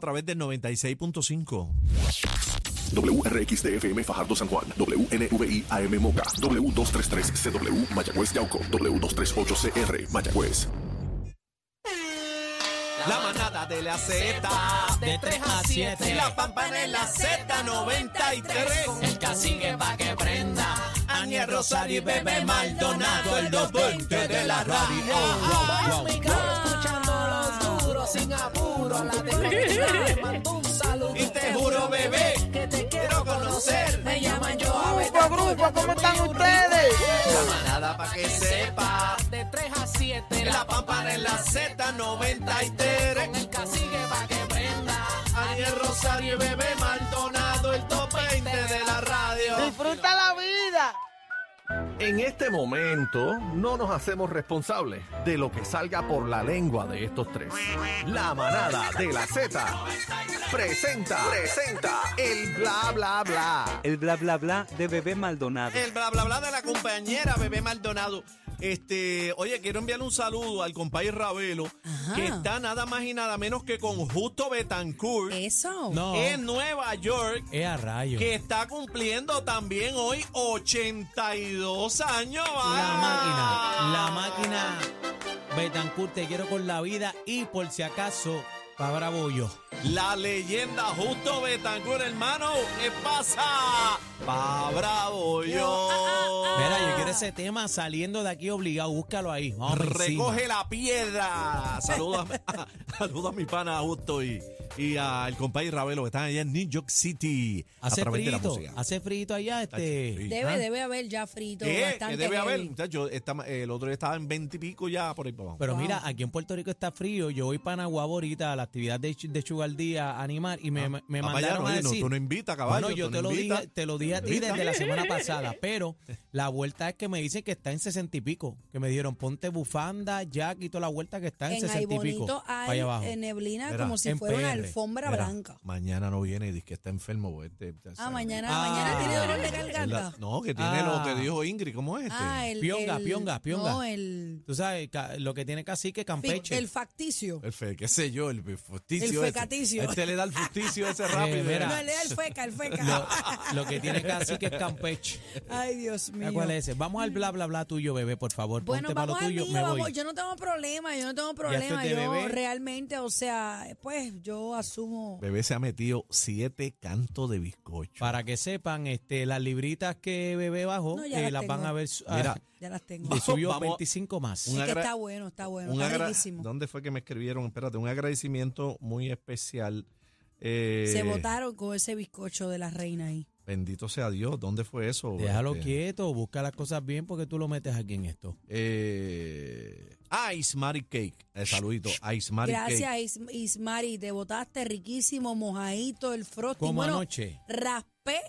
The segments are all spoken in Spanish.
través del 96.5. WRXDFM Fajardo San Juan, WNVI AM Moca, W233CW Mayagüez Yauco, W238CR Mayagüez. La manada de la Z, de 3 a 7. La pampana en la Z93. El cacique pa' que prenda. Aniel Rosario y Bebé Maldonado, el dos duendes de la radio. Wow, mi cara, escuchando los duros sin apuro. La de mando un saludo. Y te juro, bebé, que te quiero conocer. Me llaman yo a Grupo, grupo, ¿cómo están ustedes? La manada pa' que sepa, De 3 a 7. la pampana en la Con Z93. el cacique pa' que prenda. Aniel Rosario y Bebé Maldonado, el top 20 de la radio. Disfruta la vida. En este momento no nos hacemos responsables de lo que salga por la lengua de estos tres. La manada de la Z presenta, presenta el bla bla bla. El bla bla bla de bebé Maldonado. El bla bla bla de la compañera Bebé Maldonado. Este, oye, quiero enviarle un saludo al compañero Ravelo, que está nada más y nada menos que con Justo Betancourt Eso. No, es en Nueva York, a rayo. que está cumpliendo también hoy 82 años. La máquina, ¡Ah! la máquina Betancourt, te quiero con la vida y por si acaso, para bravo yo. La leyenda Justo Betancourt, hermano, ¿qué pasa? Pa' bravo yo. Mira, yo quiero ese tema saliendo de aquí obligado, búscalo ahí. Vamos pa' encima. Recoge la piedra. Saludos a, saludo a mi pana Justo y, y al compadre Ravelo que están allá en New York City a Hace través de la frito, música. hace frito allá, este. frío. Debe, ¿ah? debe haber ya frito. ¿Qué? Bastante ¿Qué debe haber? heavy. Muchacho, esta ma- el otro día estaba en 20 y pico ya por ahí para abajo. Pero mira, aquí en Puerto Rico está frío. Yo voy para Nahuabo ahorita a la actividad de, Ch- de Sugar Día a animar y Eh, me, me Papá, ya Ah, no, mandaron a oye, no, decir. tú no invitas, caballo. Bueno, yo tú te no lo, invitas. dije, te lo dije a ti Invita. desde la semana pasada, pero la vuelta es que me dicen que está en sesenta y pico. Que me dieron ponte bufanda, jack y toda la vuelta que está en En ahí sesenta y pico. bonito pa' hay allá abajo. eh, neblina Mira, como si en fuera una PR, alfombra Mira, blanca. Mañana no viene y dice que está enfermo. pues, este, este, Ah, sabe. mañana, Ah. mañana tiene dolor de Es la- garganta. no, que tiene Ah. lo que dijo Ingrid, ¿cómo es este? Ah, el, Pionga, el- pionga, pionga. No, el, Tú sabes ca- lo que tiene cacique fi- Campeche. el facticio. el fe, qué sé yo, el fusticio. El ese. fecaticio. Este le da el fusticio ese rápido. Eh, mira. No, el, el feca, el lo, feca. lo que tiene cacique es Campeche. Ay, Dios mío. ¿Cuál es ese? Vamos al bla bla bla tuyo, bebé, por favor. Bueno, Ponte para lo vamos al tuyo. mío, me vamos. voy. Yo no tengo problema, yo no tengo Ya esto es problema. de Yo bebé. realmente, o sea, pues yo asumo. Bebé se ha metido siete cantos de bizcocho. Para que sepan, este, las libritas que bebé bajó, No, ya eh, las las van tengo. a ver. su- ah, Mira, Ya las tengo. le subió Vamos- 25 más. un Es que agra- está bueno, está bueno, Un está agra- riquísimo. ¿Dónde fue que me escribieron? Espérate, un agradecimiento muy especial. eh, Se votaron con ese bizcocho de la reina ahí. Bendito sea Dios, ¿dónde fue eso? Déjalo Este, quieto, busca las cosas bien porque tú lo metes aquí en esto. eh, Ice Mary Cake. Eh, saludito, Ice Mary Cake. Gracias, Is- Ismari. Te votaste riquísimo, mojadito, el frosting. Como bueno, anoche. raspé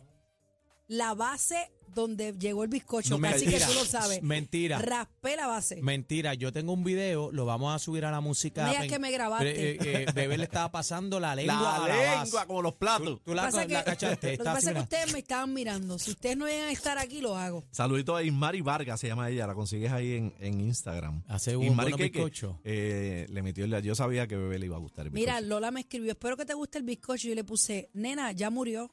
la base donde llegó el bizcocho. No, casi que mentira. tú lo sabes. Mentira. Raspé la base. Mentira, yo tengo un video, lo vamos a subir a la música. No digas Pen- que me grabaste. Eh, eh, eh, Bebé le estaba pasando la lengua. La a la base. lengua, como los platos. Tú la, Pasa la que- cachaste, lo que está así, pasa es que mira. ustedes me estaban mirando. Si ustedes no llegan a estar aquí, lo hago. Saludito a Ismari Vargas, se llama ella, la consigues ahí en, en Instagram. Hace un Ismari bueno Cake, bizcocho. eh, le metió, la- yo sabía que bebé le iba a gustar. el Mira, bizcocho. Lola me escribió, espero que te guste el bizcocho. Y yo le puse, nena, ya murió.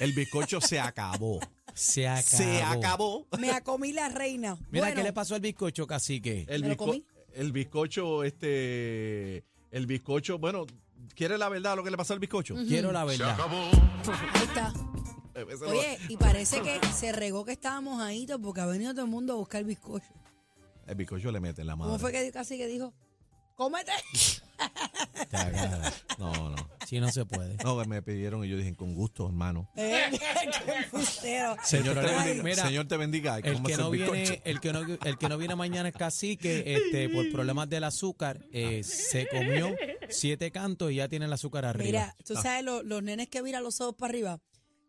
el bizcocho se acabó. Se acabó. Se acabó. Me acomí la reina. Mira Bueno, qué le pasó al bizcocho, cacique. El, ¿Me lo bizco- comí? el bizcocho, este. El bizcocho, bueno, ¿quiere la verdad lo que le pasó al bizcocho? Quiero la verdad. ahí está. Eh, ese no- Oye, y parece que se regó que estábamos mojaditos porque ha venido todo el mundo a buscar bizcocho. El bizcocho le mete en la madre. ¿Cómo fue que casi que dijo? ¡Cómete! Te agrada. No, no. Si no se puede. No, me pidieron y yo dije, con gusto, hermano. Eh, ¡Qué embustero. Señor, te Ay, bendiga. mira, Señor te bendiga. Ay, El cómase que, no bizcocho. viene, el, que no, el que no viene mañana es cacique, este, por problemas del azúcar, eh, se comió siete cantos y ya tiene el azúcar arriba. Ah. Mira, tú sabes, lo- los nenes que miran los ojos para arriba,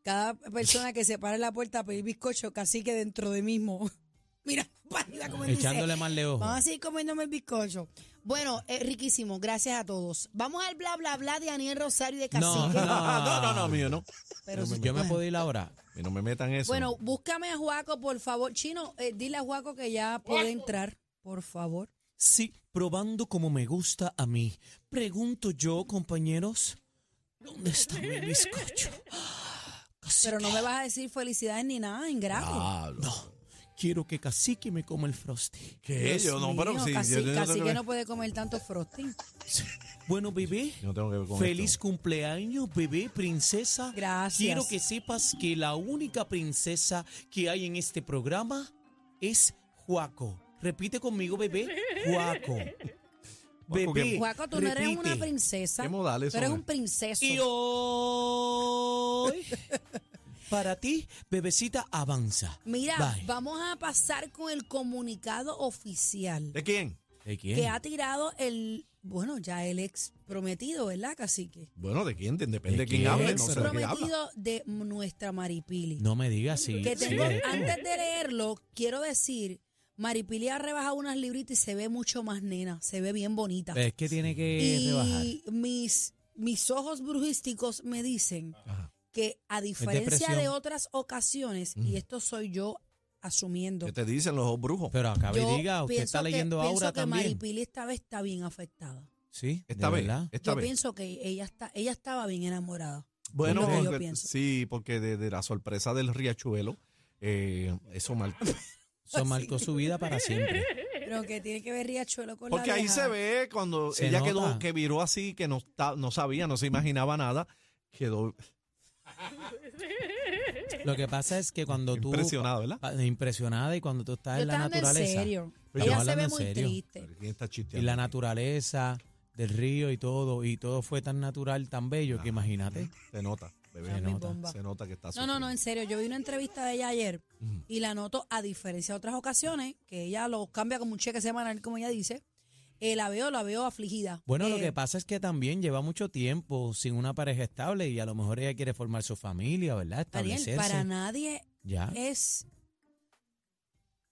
cada persona que se para en la puerta a pedir bizcocho, casi que dentro de mismo. Mira, para arriba como él dice, Echándole más lejos. Vamos a seguir comiéndome el bizcocho. Bueno, eh, riquísimo, gracias a todos. Vamos al bla bla bla de Daniel Rosario y de No, Cacique. Ah, no, no, no, mío, no. pero si- Yo me bueno. puedo ir ahora. Y no me metan eso. Bueno, búscame a Juaco, por favor. Chino, eh, dile a Juaco que ya puede entrar, por favor. Sí, probando como me gusta a mí. Pregunto yo, compañeros, ¿Dónde está mi ¡Ah! bizcocho? Pero no me vas a decir felicidades ni nada, ingrato. No, quiero que Cacique me coma el frosty. ¿Qué? Dios Yo no, pero mío, sí. Casi, yo- yo no casi tengo que que- no puede comer tanto frosting. Bueno, bebé, Yo no tengo que ver con feliz esto. cumpleaños, bebé, princesa. Gracias. Quiero que sepas que la única princesa que hay en este programa es Juaco. Repite conmigo, bebé, Juaco. Bebé, ¿qué? Juaco, tú no eres una repite. princesa. ¿Qué modales Tú eres son? un princeso. Y hoy, para ti, bebecita, avanza. Mira, Bye. vamos a pasar con el comunicado oficial ¿De quién? ¿De quién? que ha tirado el, bueno, ya el ex prometido, ¿verdad, cacique? Bueno, ¿de quién? Depende de ¿De quién quién? hable. el No ex sé de qué habla. prometido de nuestra Maripili. No me digas si. que si tengo, es- antes de leerlo, quiero decir, Maripili ha rebajado unas libritas y se ve mucho más nena, se ve bien bonita. es que tiene que rebajar. y mis, mis ojos brujísticos me dicen que a diferencia depresión. de otras ocasiones, y esto soy yo asumiendo, ¿Qué te dicen los brujos? Pero acaba yo y diga, usted pienso está leyendo que, ahora pienso que también. Maripili esta vez está bien afectada. Sí, de Esta vez. verdad. Esta yo vez. pienso que ella está, ella estaba bien enamorada. Bueno, es lo que yo porque- pienso. sí, porque de, de la sorpresa del riachuelo, eh, eso mal. Eso marcó su vida para siempre. Pero que tiene que ver Riachuelo con Porque la ahí vieja. se ve cuando Se ella nota. quedó, que viró así, que no, ta- no sabía, no se imaginaba nada, quedó Lo que pasa es que cuando tú. impresionada, ¿verdad? pa- Impresionada y cuando tú estás Yo en la estaba hablando en naturaleza. serio. Pero ella yo se ve hablando en muy serio. triste. ¿Quién está Y chisteando? la naturaleza del río y todo. Y todo fue tan natural, tan bello, que imagínate. Se nota, bebé. Ah, Se mi nota. bomba. Se nota que está No, no, no, sufriendo. en serio. Yo vi una entrevista de ella ayer y la noto, a diferencia de otras ocasiones, que ella lo cambia como un cheque semanal, como ella dice. eh, la veo, la veo afligida. Bueno, lo Eh, que pasa es que también lleva mucho tiempo sin una pareja estable y a lo mejor ella quiere formar su familia, ¿verdad? Ariel, Establecerse. para Eh. nadie Ya. es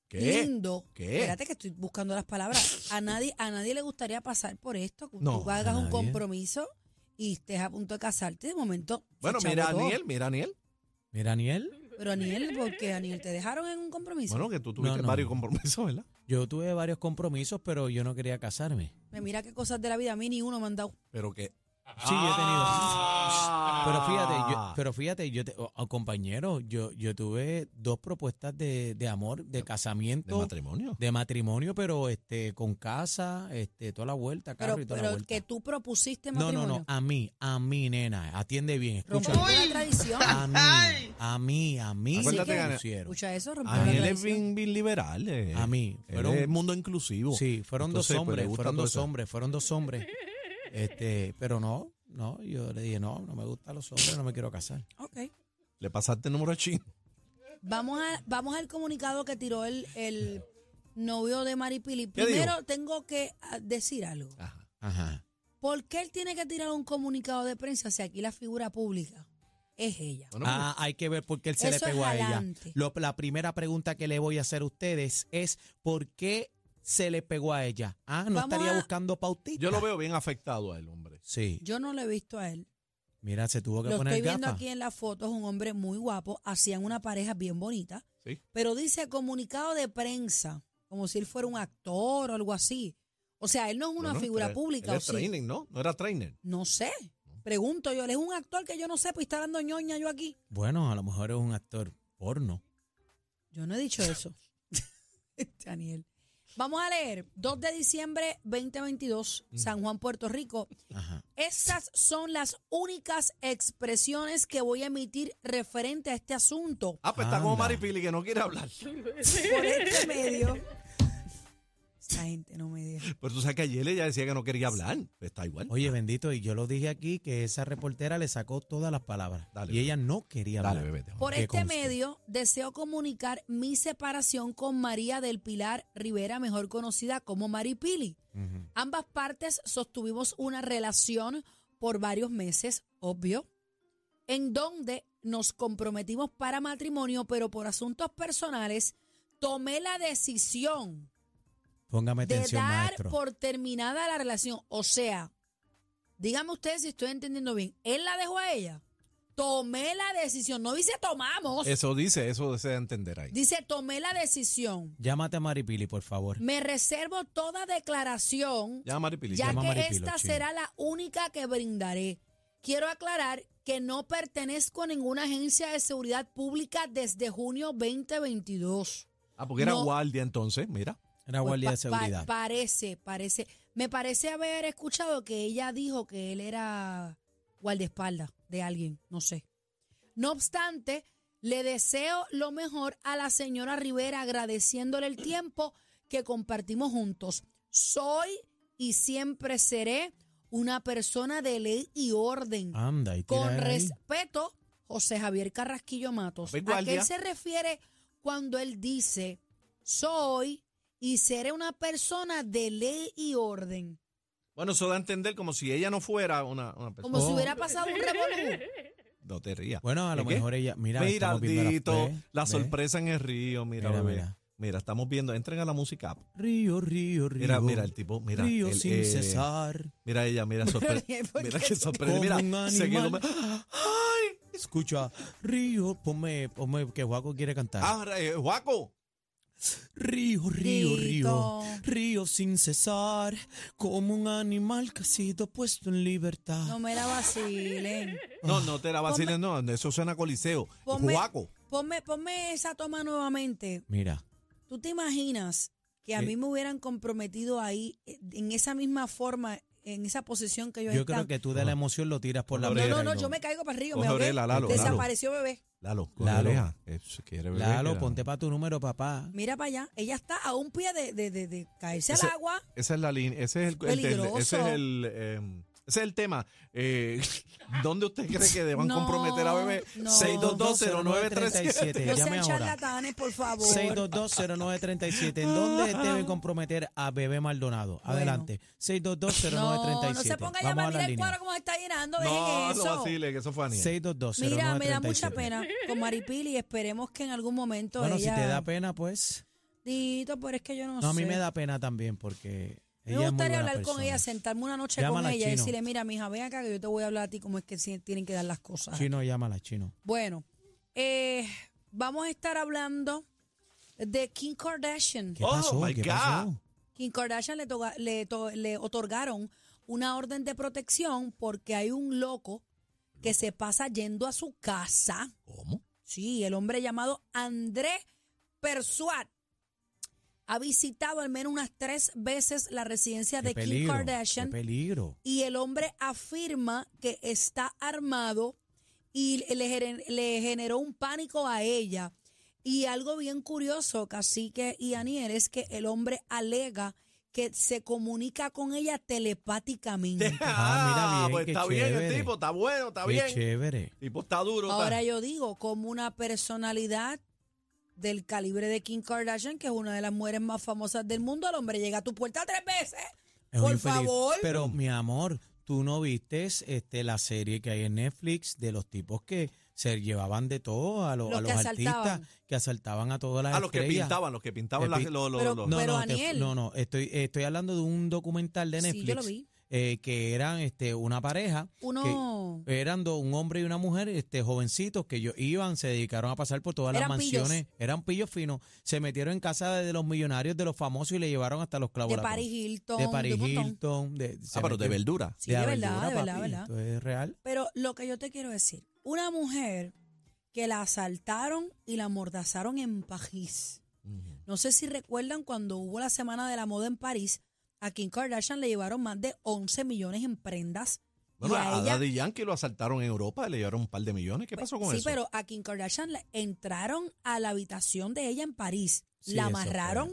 ¿Qué? lindo. ¿Qué? Espérate que estoy buscando las palabras. A nadie, a nadie le gustaría pasar por esto. que No, tú a hagas un nadie. compromiso y estés a punto de casarte. De momento. se Bueno, chavó mira a todo. Aniel, mira a Aniel. Mira, Aniel. Pero Aniel, porque Aniel, te dejaron en un compromiso. Bueno, que tú tuviste No, no. varios compromisos, ¿verdad? Yo tuve varios compromisos, pero yo no quería casarme. Me mira qué cosas de la vida. A mí ni uno me han dado. Pero que. Sí, yo he tenido. Ah. Pero fíjate, yo, pero fíjate, yo te- oh, oh, compañero, yo, yo tuve dos propuestas de, de amor, de ¿De casamiento, matrimonio? de matrimonio, pero este con casa, este toda la vuelta, carro Pero, y toda pero la el vuelta. que tú propusiste no, matrimonio. no, no, a mí, a mí, nena, atiende bien, escucha. Ah, Rompiendo la tradición. A mí, a mí, a mí, Acuérdate me que- pusieron. Escucha eso, rompiendo la Aniel es tradición. bien, bien liberal. eh. A mí, Él fueron- es mundo inclusivo. Sí, fueron Entonces, dos pues, le hombres, gusta fueron todo dos eso. hombres, fueron dos hombres. Este, pero no, no, yo le dije, no, no me gustan los hombres, no me quiero casar. Ok. Le pasaste el número a Chino. Vamos, a, vamos al comunicado que tiró el, el novio de Maripili. ¿Qué dijo? Primero tengo que ah, decir algo. Ajá. ¿Por qué él tiene que tirar un comunicado de prensa si aquí la figura pública es ella? Bueno, pues. Ah, hay que ver por qué él se le Eso es pegó a ella. jalante. Lo- la primera pregunta que le voy a hacer a ustedes es ¿por qué se le pegó a ella? Ah, no Vamos estaría a- buscando pautita. Yo lo veo bien afectado al hombre. Sí. Yo no lo he visto a él. Mira, se tuvo que Lo poner estoy viendo gafas. aquí en la foto, es un hombre muy guapo, hacían una pareja bien bonita, Sí. pero dice comunicado de prensa, como si él fuera un actor o algo así. O sea, él no es una Bueno, figura él- pública. él ¿o es sí? training, ¿no? No era trainer. No sé. Pregunto yo, él es un actor que yo no sé, pues está dando ñoña yo aquí. Bueno, a lo mejor es un actor porno. Yo no he dicho eso. Daniel. Vamos a leer. 2 de diciembre 2022, San Juan, Puerto Rico. Ajá. Esas son las únicas expresiones que voy a emitir referente a este asunto. Ah, pues está como Anda. Maripili que no quiere hablar. Por este medio. Esta gente no me deja. Pero tú sabes que ayer ella decía que no quería hablar. Pues está igual. Oye, bendito, y yo lo dije aquí que esa reportera le sacó todas las palabras Dale, y bebé. ella no quería Dale, hablar. bebé. te Por Que este conste. medio deseo comunicar mi separación con María del Pilar Rivera, mejor conocida como Maripili. Ujú. Ambas partes sostuvimos una relación por varios meses, obvio, en donde nos comprometimos para matrimonio, pero por asuntos personales tomé la decisión Póngame de atención, dar maestro. por terminada la relación. O sea, dígame ustedes si estoy entendiendo bien. Él la dejó a ella. Tomé la decisión. No dice tomamos. Eso dice, eso desea entender ahí. Dice tomé la decisión. Llámate a Maripili, por favor. Me reservo toda declaración Ya, Maripili. ya llama a que Maripili, esta Ochín. será la única que brindaré. Quiero aclarar que no pertenezco a ninguna agencia de seguridad pública desde junio 2022. Ah, porque era No. guardia entonces, mira. Era Pues guardia de pa- pa- seguridad. parece, parece. Me parece haber escuchado que ella dijo que él era guardaespaldas de alguien, no sé. No obstante, le deseo lo mejor a la señora Rivera agradeciéndole el tiempo que compartimos juntos. Soy y siempre seré una persona de ley y orden. Anda, y tira Con ahí. respeto, José Javier Carrasquillo Matos. Papi, ¿A qué guardia. se refiere cuando él dice, soy y seré una persona de ley y orden? Bueno, eso da a entender como si ella no fuera una, una Pues persona. Como si hubiera pasado un revolú. No te rías. Bueno, a lo ¿De qué? mejor ella. Mira, Mira, estamos viendo Tito, ¿ves? la ¿ves? sorpresa en el río, mira, Mira, bebé. mira. Mira. estamos viendo, entren a la música. app. Río, río, río. Mira, mira el tipo, mira. río él, sin eh, cesar. Mira ella, mira sorpresa. ¿por mira qué qué tú- sorpresa. Mira, Como un se quedó- animal. ¡Ay! Escucha, río, ponme, ponme que Juaco quiere cantar. Ah, eh, Juaco. Río, río, río, Tito. río sin cesar, como un animal que ha sido puesto en libertad. No me la vacilen. No, no te la vaciles, no. Eso suena a coliseo. Ponme- Juaco. Ponme, ponme esa toma nuevamente. Mira, ¿Tú te imaginas que a Sí. mí me hubieran comprometido ahí eh, en esa misma forma, en esa posición que yo, yo estaba? creo que tú de la emoción lo tiras por la No, No, oreja. no, y no, yo me caigo para arriba, Coge me ahogué. orela, Lalo, Lalo. Desapareció bebé. Lalo, coge Lalo. oreja. Eh, si quiere beber, Lalo, que la- ponte para tu número, papá. Mira para allá, ella está a un pie de, de- de- de caerse Ese- al agua. Esa es la línea, ese es el, el- el- Peligroso. ese es el, eh, ese es el tema. Eh, ¿Dónde usted cree que deban No, comprometer a bebé? no. 6220937. No llame sean eh, ahora. charlatanes, por favor. 6220937. ¿En dónde debe comprometer a Bebé Maldonado? Adelante. 6220937. No, no se ponga a Vamos llamar, mira a las el cuadro líneas. cómo se está llenando, dejen No, eso. no vacile, que eso fue Aniel. 6220937. Mira, me da mucha pena con Maripili, esperemos que en algún momento Bueno, ella... si te da pena, pues. Dito, pero es que yo no, sé. No, a mí me da pena también porque. Me ella es muy gustaría buena hablar con persona. ella, sentarme una noche Llámala, con ella y Chino. decirle, mira, mija, ven acá que yo te voy a hablar a ti cómo es que se tienen que dar las cosas. Chino, llámala, chino. Bueno, eh, vamos a estar hablando de Kim Kardashian. ¿Qué Oh, pasó? my ¿Qué God. pasó? Kim Kardashian le, toga- le to- le otorgaron una orden de protección porque hay un loco que se pasa yendo a su casa. ¿Cómo? Sí, el hombre llamado André Persuad ha visitado al menos unas tres veces la residencia Qué de peligro, Kim Kardashian Qué peligro. y el hombre afirma que está armado y le, gener- le generó un pánico a ella. Y algo bien curioso, Cacique y Aniel, es que el hombre alega que se comunica con ella telepáticamente. Ah, mira bien, pues qué está bien el chévere. tipo, está bueno, está Qué bien. chévere. El tipo está duro. está- Ahora yo digo, como una personalidad del calibre de Kim Kardashian, que es una de las mujeres más famosas del mundo, el hombre llega a tu puerta tres veces. Es Por un infeliz. favor. Pero, mi amor, tú no vistes este, la serie que hay en Netflix de los tipos que se llevaban de todo a, lo- Los a los que asaltaban. artistas que asaltaban a todas las a Ah, los que estrellas. pintaban, los que pintaban El las- pi- los, los- Pero- los- No, Pero, no, te- Aniel. no, no, estoy, estoy hablando de un documental de Netflix Sí, yo lo vi. eh, que eran este, una pareja Uno... Eran dos, un hombre y una mujer, este, jovencitos que ellos iban, se dedicaron a pasar por todas las Eran pillos. mansiones, eran pillos finos, se metieron en casa de, de los millonarios, de los famosos y le llevaron hasta los clavos. De Paris Hilton. De de Paris un montón. Hilton. De, se Ah, pero de metieron- verdura. Sí, de verdad, Aventura, de verdad, papi, verdad. Esto es real. Pero lo que yo te quiero decir, una mujer que la asaltaron y la amordazaron en París. No sé si recuerdan cuando hubo la Semana de la Moda en París, a Kim Kardashian le llevaron más de 11 millones en prendas. Bueno, y a a ella- Pues Daddy Yankee lo asaltaron en Europa, le llevaron un par de millones. ¿Qué pasó con sí, eso? pero a Kim Kardashian le entraron a la habitación de ella en París, Sí, la eso fue. amarraron,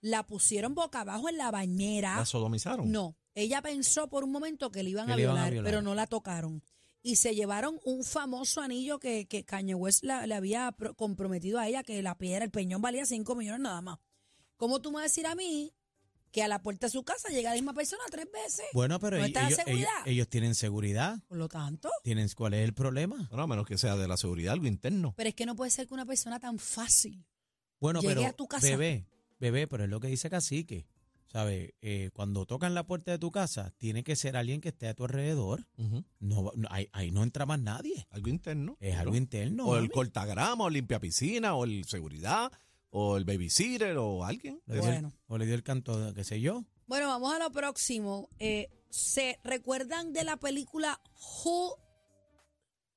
la pusieron boca abajo en la bañera. ¿La sodomizaron? ah, No, ella pensó por un momento que le iban, Que a, le iban a violar, violar. pero no la tocaron. Y se llevaron un famoso anillo que, que Kanye West la- le había pro- comprometido a ella, que la piedra, el peñón valía 5 millones nada más. ¿Cómo tú me vas a decir a mí que a la puerta de su casa llega la misma persona tres veces? Bueno, pero ¿No ellos, está la ellos- seguridad? ellos tienen seguridad. Por lo tanto, Tienen, ¿Cuál es el problema? Bueno, a menos que sea de la seguridad, algo interno. pero es que no puede ser que una persona tan fácil. Bueno, Llegué pero a tu casa. bebé, bebé, pero es lo que dice Cacique. ¿Sabes? Eh, cuando tocan la puerta de tu casa, tiene que ser alguien que esté a tu alrededor. Ujú, No, va- no, ahí, ahí no entra más nadie. Algo interno. Es algo interno. o el mami. cortagrama, o limpia piscina, o el seguridad, o el babysitter, o alguien. Le dio el- Bueno. O le dio el canto, qué sé yo. Bueno, vamos a lo próximo. Eh, ¿Se recuerdan de la película Who?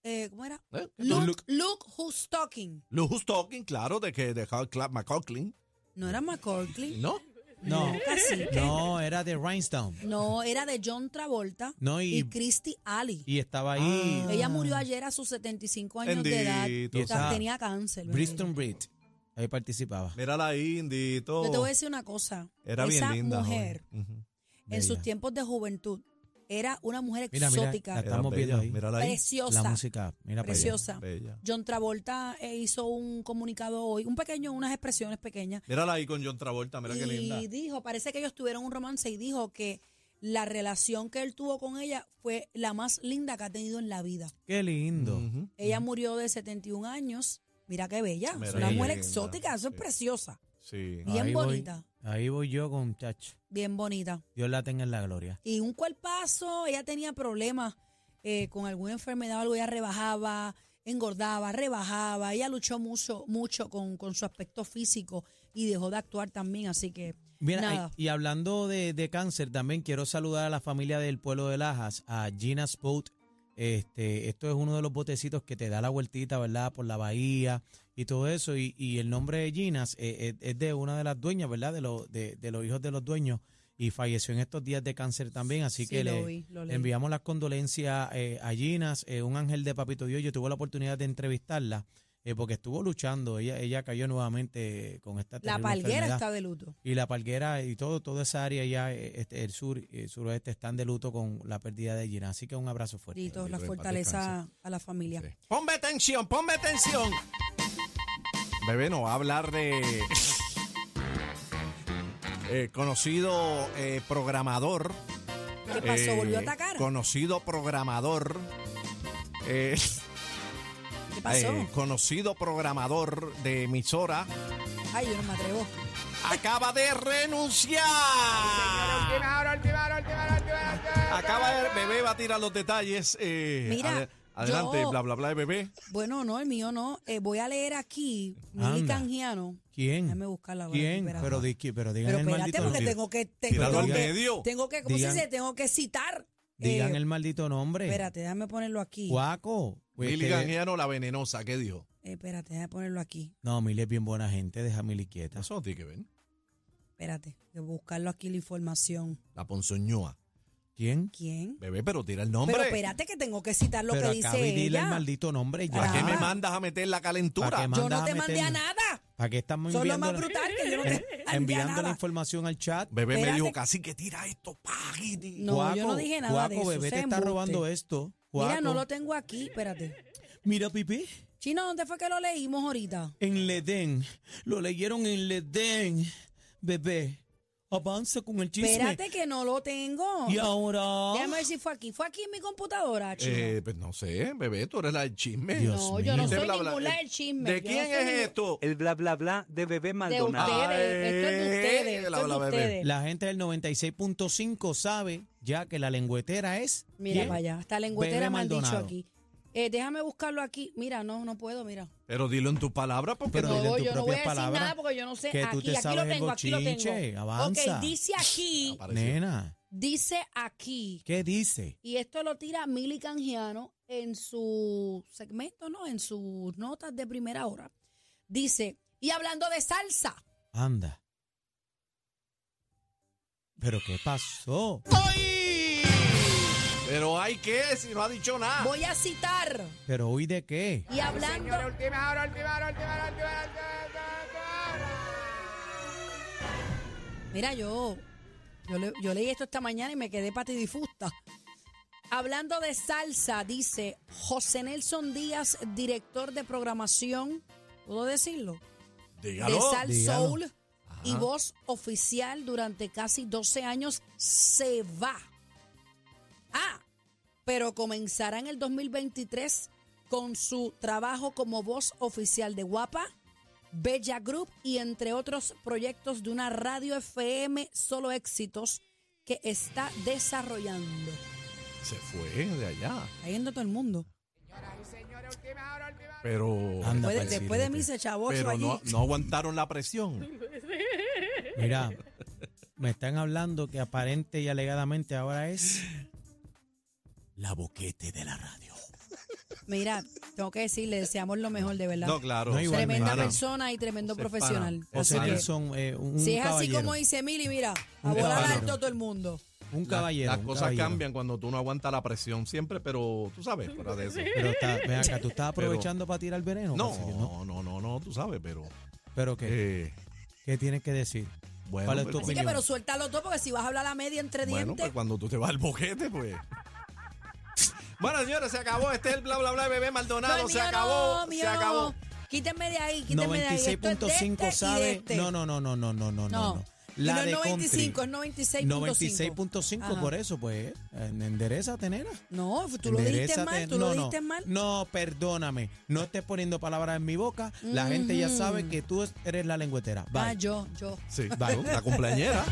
eh, ¿Cómo era? ¿Eh? Look, Look, Look Who's Talking. Look Who's Talking, claro, de que de Hal Cla- McCauley, ¿No era McCorkley? ¿no? No, cacique. no, era de Rhinestone. No, era de John Travolta No, y- y, Christy Alley. Y estaba ahí Ella murió ayer a sus 75 años de edad. Bendito O sea, sea. tenía cáncer. ¿verdad? Bristol Breed. Ahí participaba. Mírala ahí, Indito. Yo te voy a decir una cosa. Era Esa bien linda. joven. mujer, Ujú. en sus Bella. tiempos de juventud, era una mujer Mira, mira, exótica, la Era estamos viendo bella, ahí. Mírala ahí. preciosa, La música, mira para allá. preciosa. Bella. John Travolta eh, hizo un comunicado hoy, un pequeño, unas expresiones pequeñas. Mírala ahí con John Travolta, mira qué linda. y dijo, parece que ellos tuvieron un romance y dijo que la relación que él tuvo con ella fue la más linda que ha tenido en la vida. Qué lindo. Mm. Ujú. Ella murió de 71 años. Mira qué bella. Mira es una qué mujer linda, exótica, eso es sí. preciosa. Sí. Ah, Bien Ahí voy. bonita, Ahí voy yo con chacho. bien bonita. Dios la tenga en la gloria. Y un cuerpazo, ella tenía problemas eh, con alguna enfermedad o algo, ella rebajaba, engordaba, rebajaba. Ella luchó mucho, mucho con, con su aspecto físico y dejó de actuar también, así que Mira, nada. y, y hablando de, de cáncer, también quiero saludar a la familia del pueblo de Lajas, a Gina's Boat. Este, esto es uno de los botecitos que te da la vueltita, ¿verdad? Por la bahía y todo eso. Y, y el nombre de Gina's eh, es, es de una de las dueñas, ¿verdad? De, los de, de los hijos de los dueños. Y falleció en estos días de cáncer también. Así Sí, que lo le, vi, lo le leí. enviamos las condolencias eh, a Ginas, eh, un ángel de Papito Dios. Yo tuve la oportunidad de entrevistarla eh, porque estuvo luchando. Ella, ella cayó nuevamente eh, con esta la terrible palguera enfermedad está de luto. y la palguera y todo toda esa área ya eh, este, el sur eh, suroeste están de luto con la pérdida de Gina así que un abrazo fuerte Y toda la paz fortaleza a la familia. Sí. Ponme atención, ponme atención. Bebé no va a hablar de eh, conocido eh, programador. ¿Qué pasó? ¿Volvió a eh, atacar? Conocido programador. eh, ¿Qué pasó? eh, conocido programador de emisora. Ay, yo no me atrevo. Acaba de renunciar. Acaba de. Bebé va a tirar los detalles. eh, Mira, ade- adelante, yo- bla, bla, bla, de bebé. Este, Bueno, no, el mío no. Eh, voy a leer aquí Mili Anda. Canjiano. Déjame quién buscarla. ahora, quién espera. pero di- que- pero digan Pero el espérate, maldito porque nombre tengo que. Tengo, Tíralo al que- medio. tengo que, ¿cómo Digan- se dice? Tengo que citar. digan eh, el maldito nombre Espérate, déjame ponerlo aquí. Cuaco pues, Lili este, Gangiano, la venenosa, ¿qué dijo? Eh, espérate, déjame ponerlo aquí. no Mili es bien buena gente deja a Mili quieta Eso no tiene que ver. Espérate, que buscarlo aquí la información. La ponzoñoa. quién ¿Quién? Bebé, pero tira el nombre. Pero espérate que tengo que citar lo pero que dice acaba y dile el ella. maldito nombre ya ¿Para qué me Ah. mandas a meter la ¿Para calentura? qué me- Yo mandas no a te mandé a meterle? nada. para qué estamos Son lo más enviando brutal que yo no te mandé a enviando la nada. información al chat Bebé me Espérate. dijo casi que tira esto, página. No, yo no dije nada Cuaco, de eso, bebé ese te está embuste. robando esto Mira, no Cuaco. lo tengo aquí, espérate. mira pipí Chino, ¿dónde fue que lo leímos ahorita? En Ledén. Lo leyeron en Ledén. Bebé, avanza con el chisme. Espérate que no lo tengo. Y ahora... Déjame ver si fue aquí. Fue aquí en mi computadora, chino. Eh, pues no sé, bebé, tú eres la del chisme. Dios no, yo no mío. soy Bla, bla, ninguna eh, del chisme. ¿De Yo no quién soy es ningún- esto? El bla bla bla de bebé De Maldonado. ustedes. Esto Eh, es de ustedes. Bla, Esto es de bla, bla, ustedes. La gente del 96.5 sabe ya que la lengüetera es... Mira ¿quién? para allá. Hasta lengüetera Bebé me han dicho Maldonado. aquí. Eh, déjame buscarlo aquí. Mira, no, no puedo, mira. Pero dilo en tus palabras porque Pero no- dile en no, tus yo no voy a propias decir palabras nada porque yo no sé. que tú Aquí, te aquí lo sabes el tengo, aquí lo bochinche. tengo. Avanza. Ok, dice aquí, Apareció. Nena, dice aquí. ¿qué dice? Y esto lo tira Mili Canjiano en su segmento, ¿no? En sus notas de primera hora. Dice, y hablando de salsa. Anda. ¿Pero qué pasó? ¡Ay! Pero hay que, si no ha dicho nada. Voy a citar ¿Pero hoy de qué? y hablando. Mira, yo, yo, le- yo leí esto esta mañana y me quedé patidifusta. Hablando de salsa, dice José Nelson Díaz, director de programación, ¿puedo decirlo? Dígalo. de Sal dígalo. Soul y voz oficial durante casi 12 años se va. Ah, pero comenzará en el 2023 con su trabajo como voz oficial de Guapa, Bella Group y entre otros proyectos de una radio FM solo éxitos que está desarrollando. Se fue de allá. Está yendo todo el mundo. Pero, Anda Después, pa'l pues. de- después de sirete. mí se echaba ocho pero allí. no, no aguantaron la presión. Mira, me están hablando que aparente y alegadamente ahora es La boquete de la radio. Mira, tengo que decir, le deseamos lo mejor, de verdad. No, claro. No, igual, Tremenda pana. persona y tremendo Se profesional. pana. Así José que, Nelson, eh, un, si un es así caballero. como dice Mili, mira, a Un volar caballero. alto todo el mundo. un caballero. Las un cosas caballero. cambian cuando tú no aguantas la presión siempre, pero tú sabes, fuera de eso. Pero está, ven acá, ¿tú estás aprovechando para tirar el veneno? No, Cacique? no, no, no, no, tú sabes, pero. ¿Pero qué? eh, ¿Qué tienes que decir? bueno, ¿Cuál es pero- tu Así que, Opinión. pero suéltalo todo, porque si vas a hablar a media entre Bueno, dientes, pues cuando tú te vas al boquete, pues. Bueno, señores, se acabó. Este es el bla, bla, bla, de bebé no, pues, Maldonado. el se mío acabó. no, mío se no. acabó. Quítenme de ahí, quítenme de ahí. Esto es de 96.5 este y de sabe. este. No, no, no, no, no, no, no, no. La La de no es country. 95, es 96.5. 96.5 Ajá. por eso, pues. eh, Enderezate, nena. No, tú lo dijiste Enderezate. mal, tú lo No, dijiste no, mal. No, perdóname. No estés poniendo palabras en mi boca. La gente ya sabe que tú eres la lengüetera. Ah, Bye. yo, yo. Sí, dale, la cumpleañera.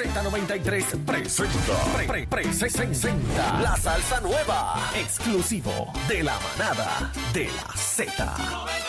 Z93 presenta, pre- pre- pre- se- se- presenta la salsa nueva, exclusivo de la manada de la Z.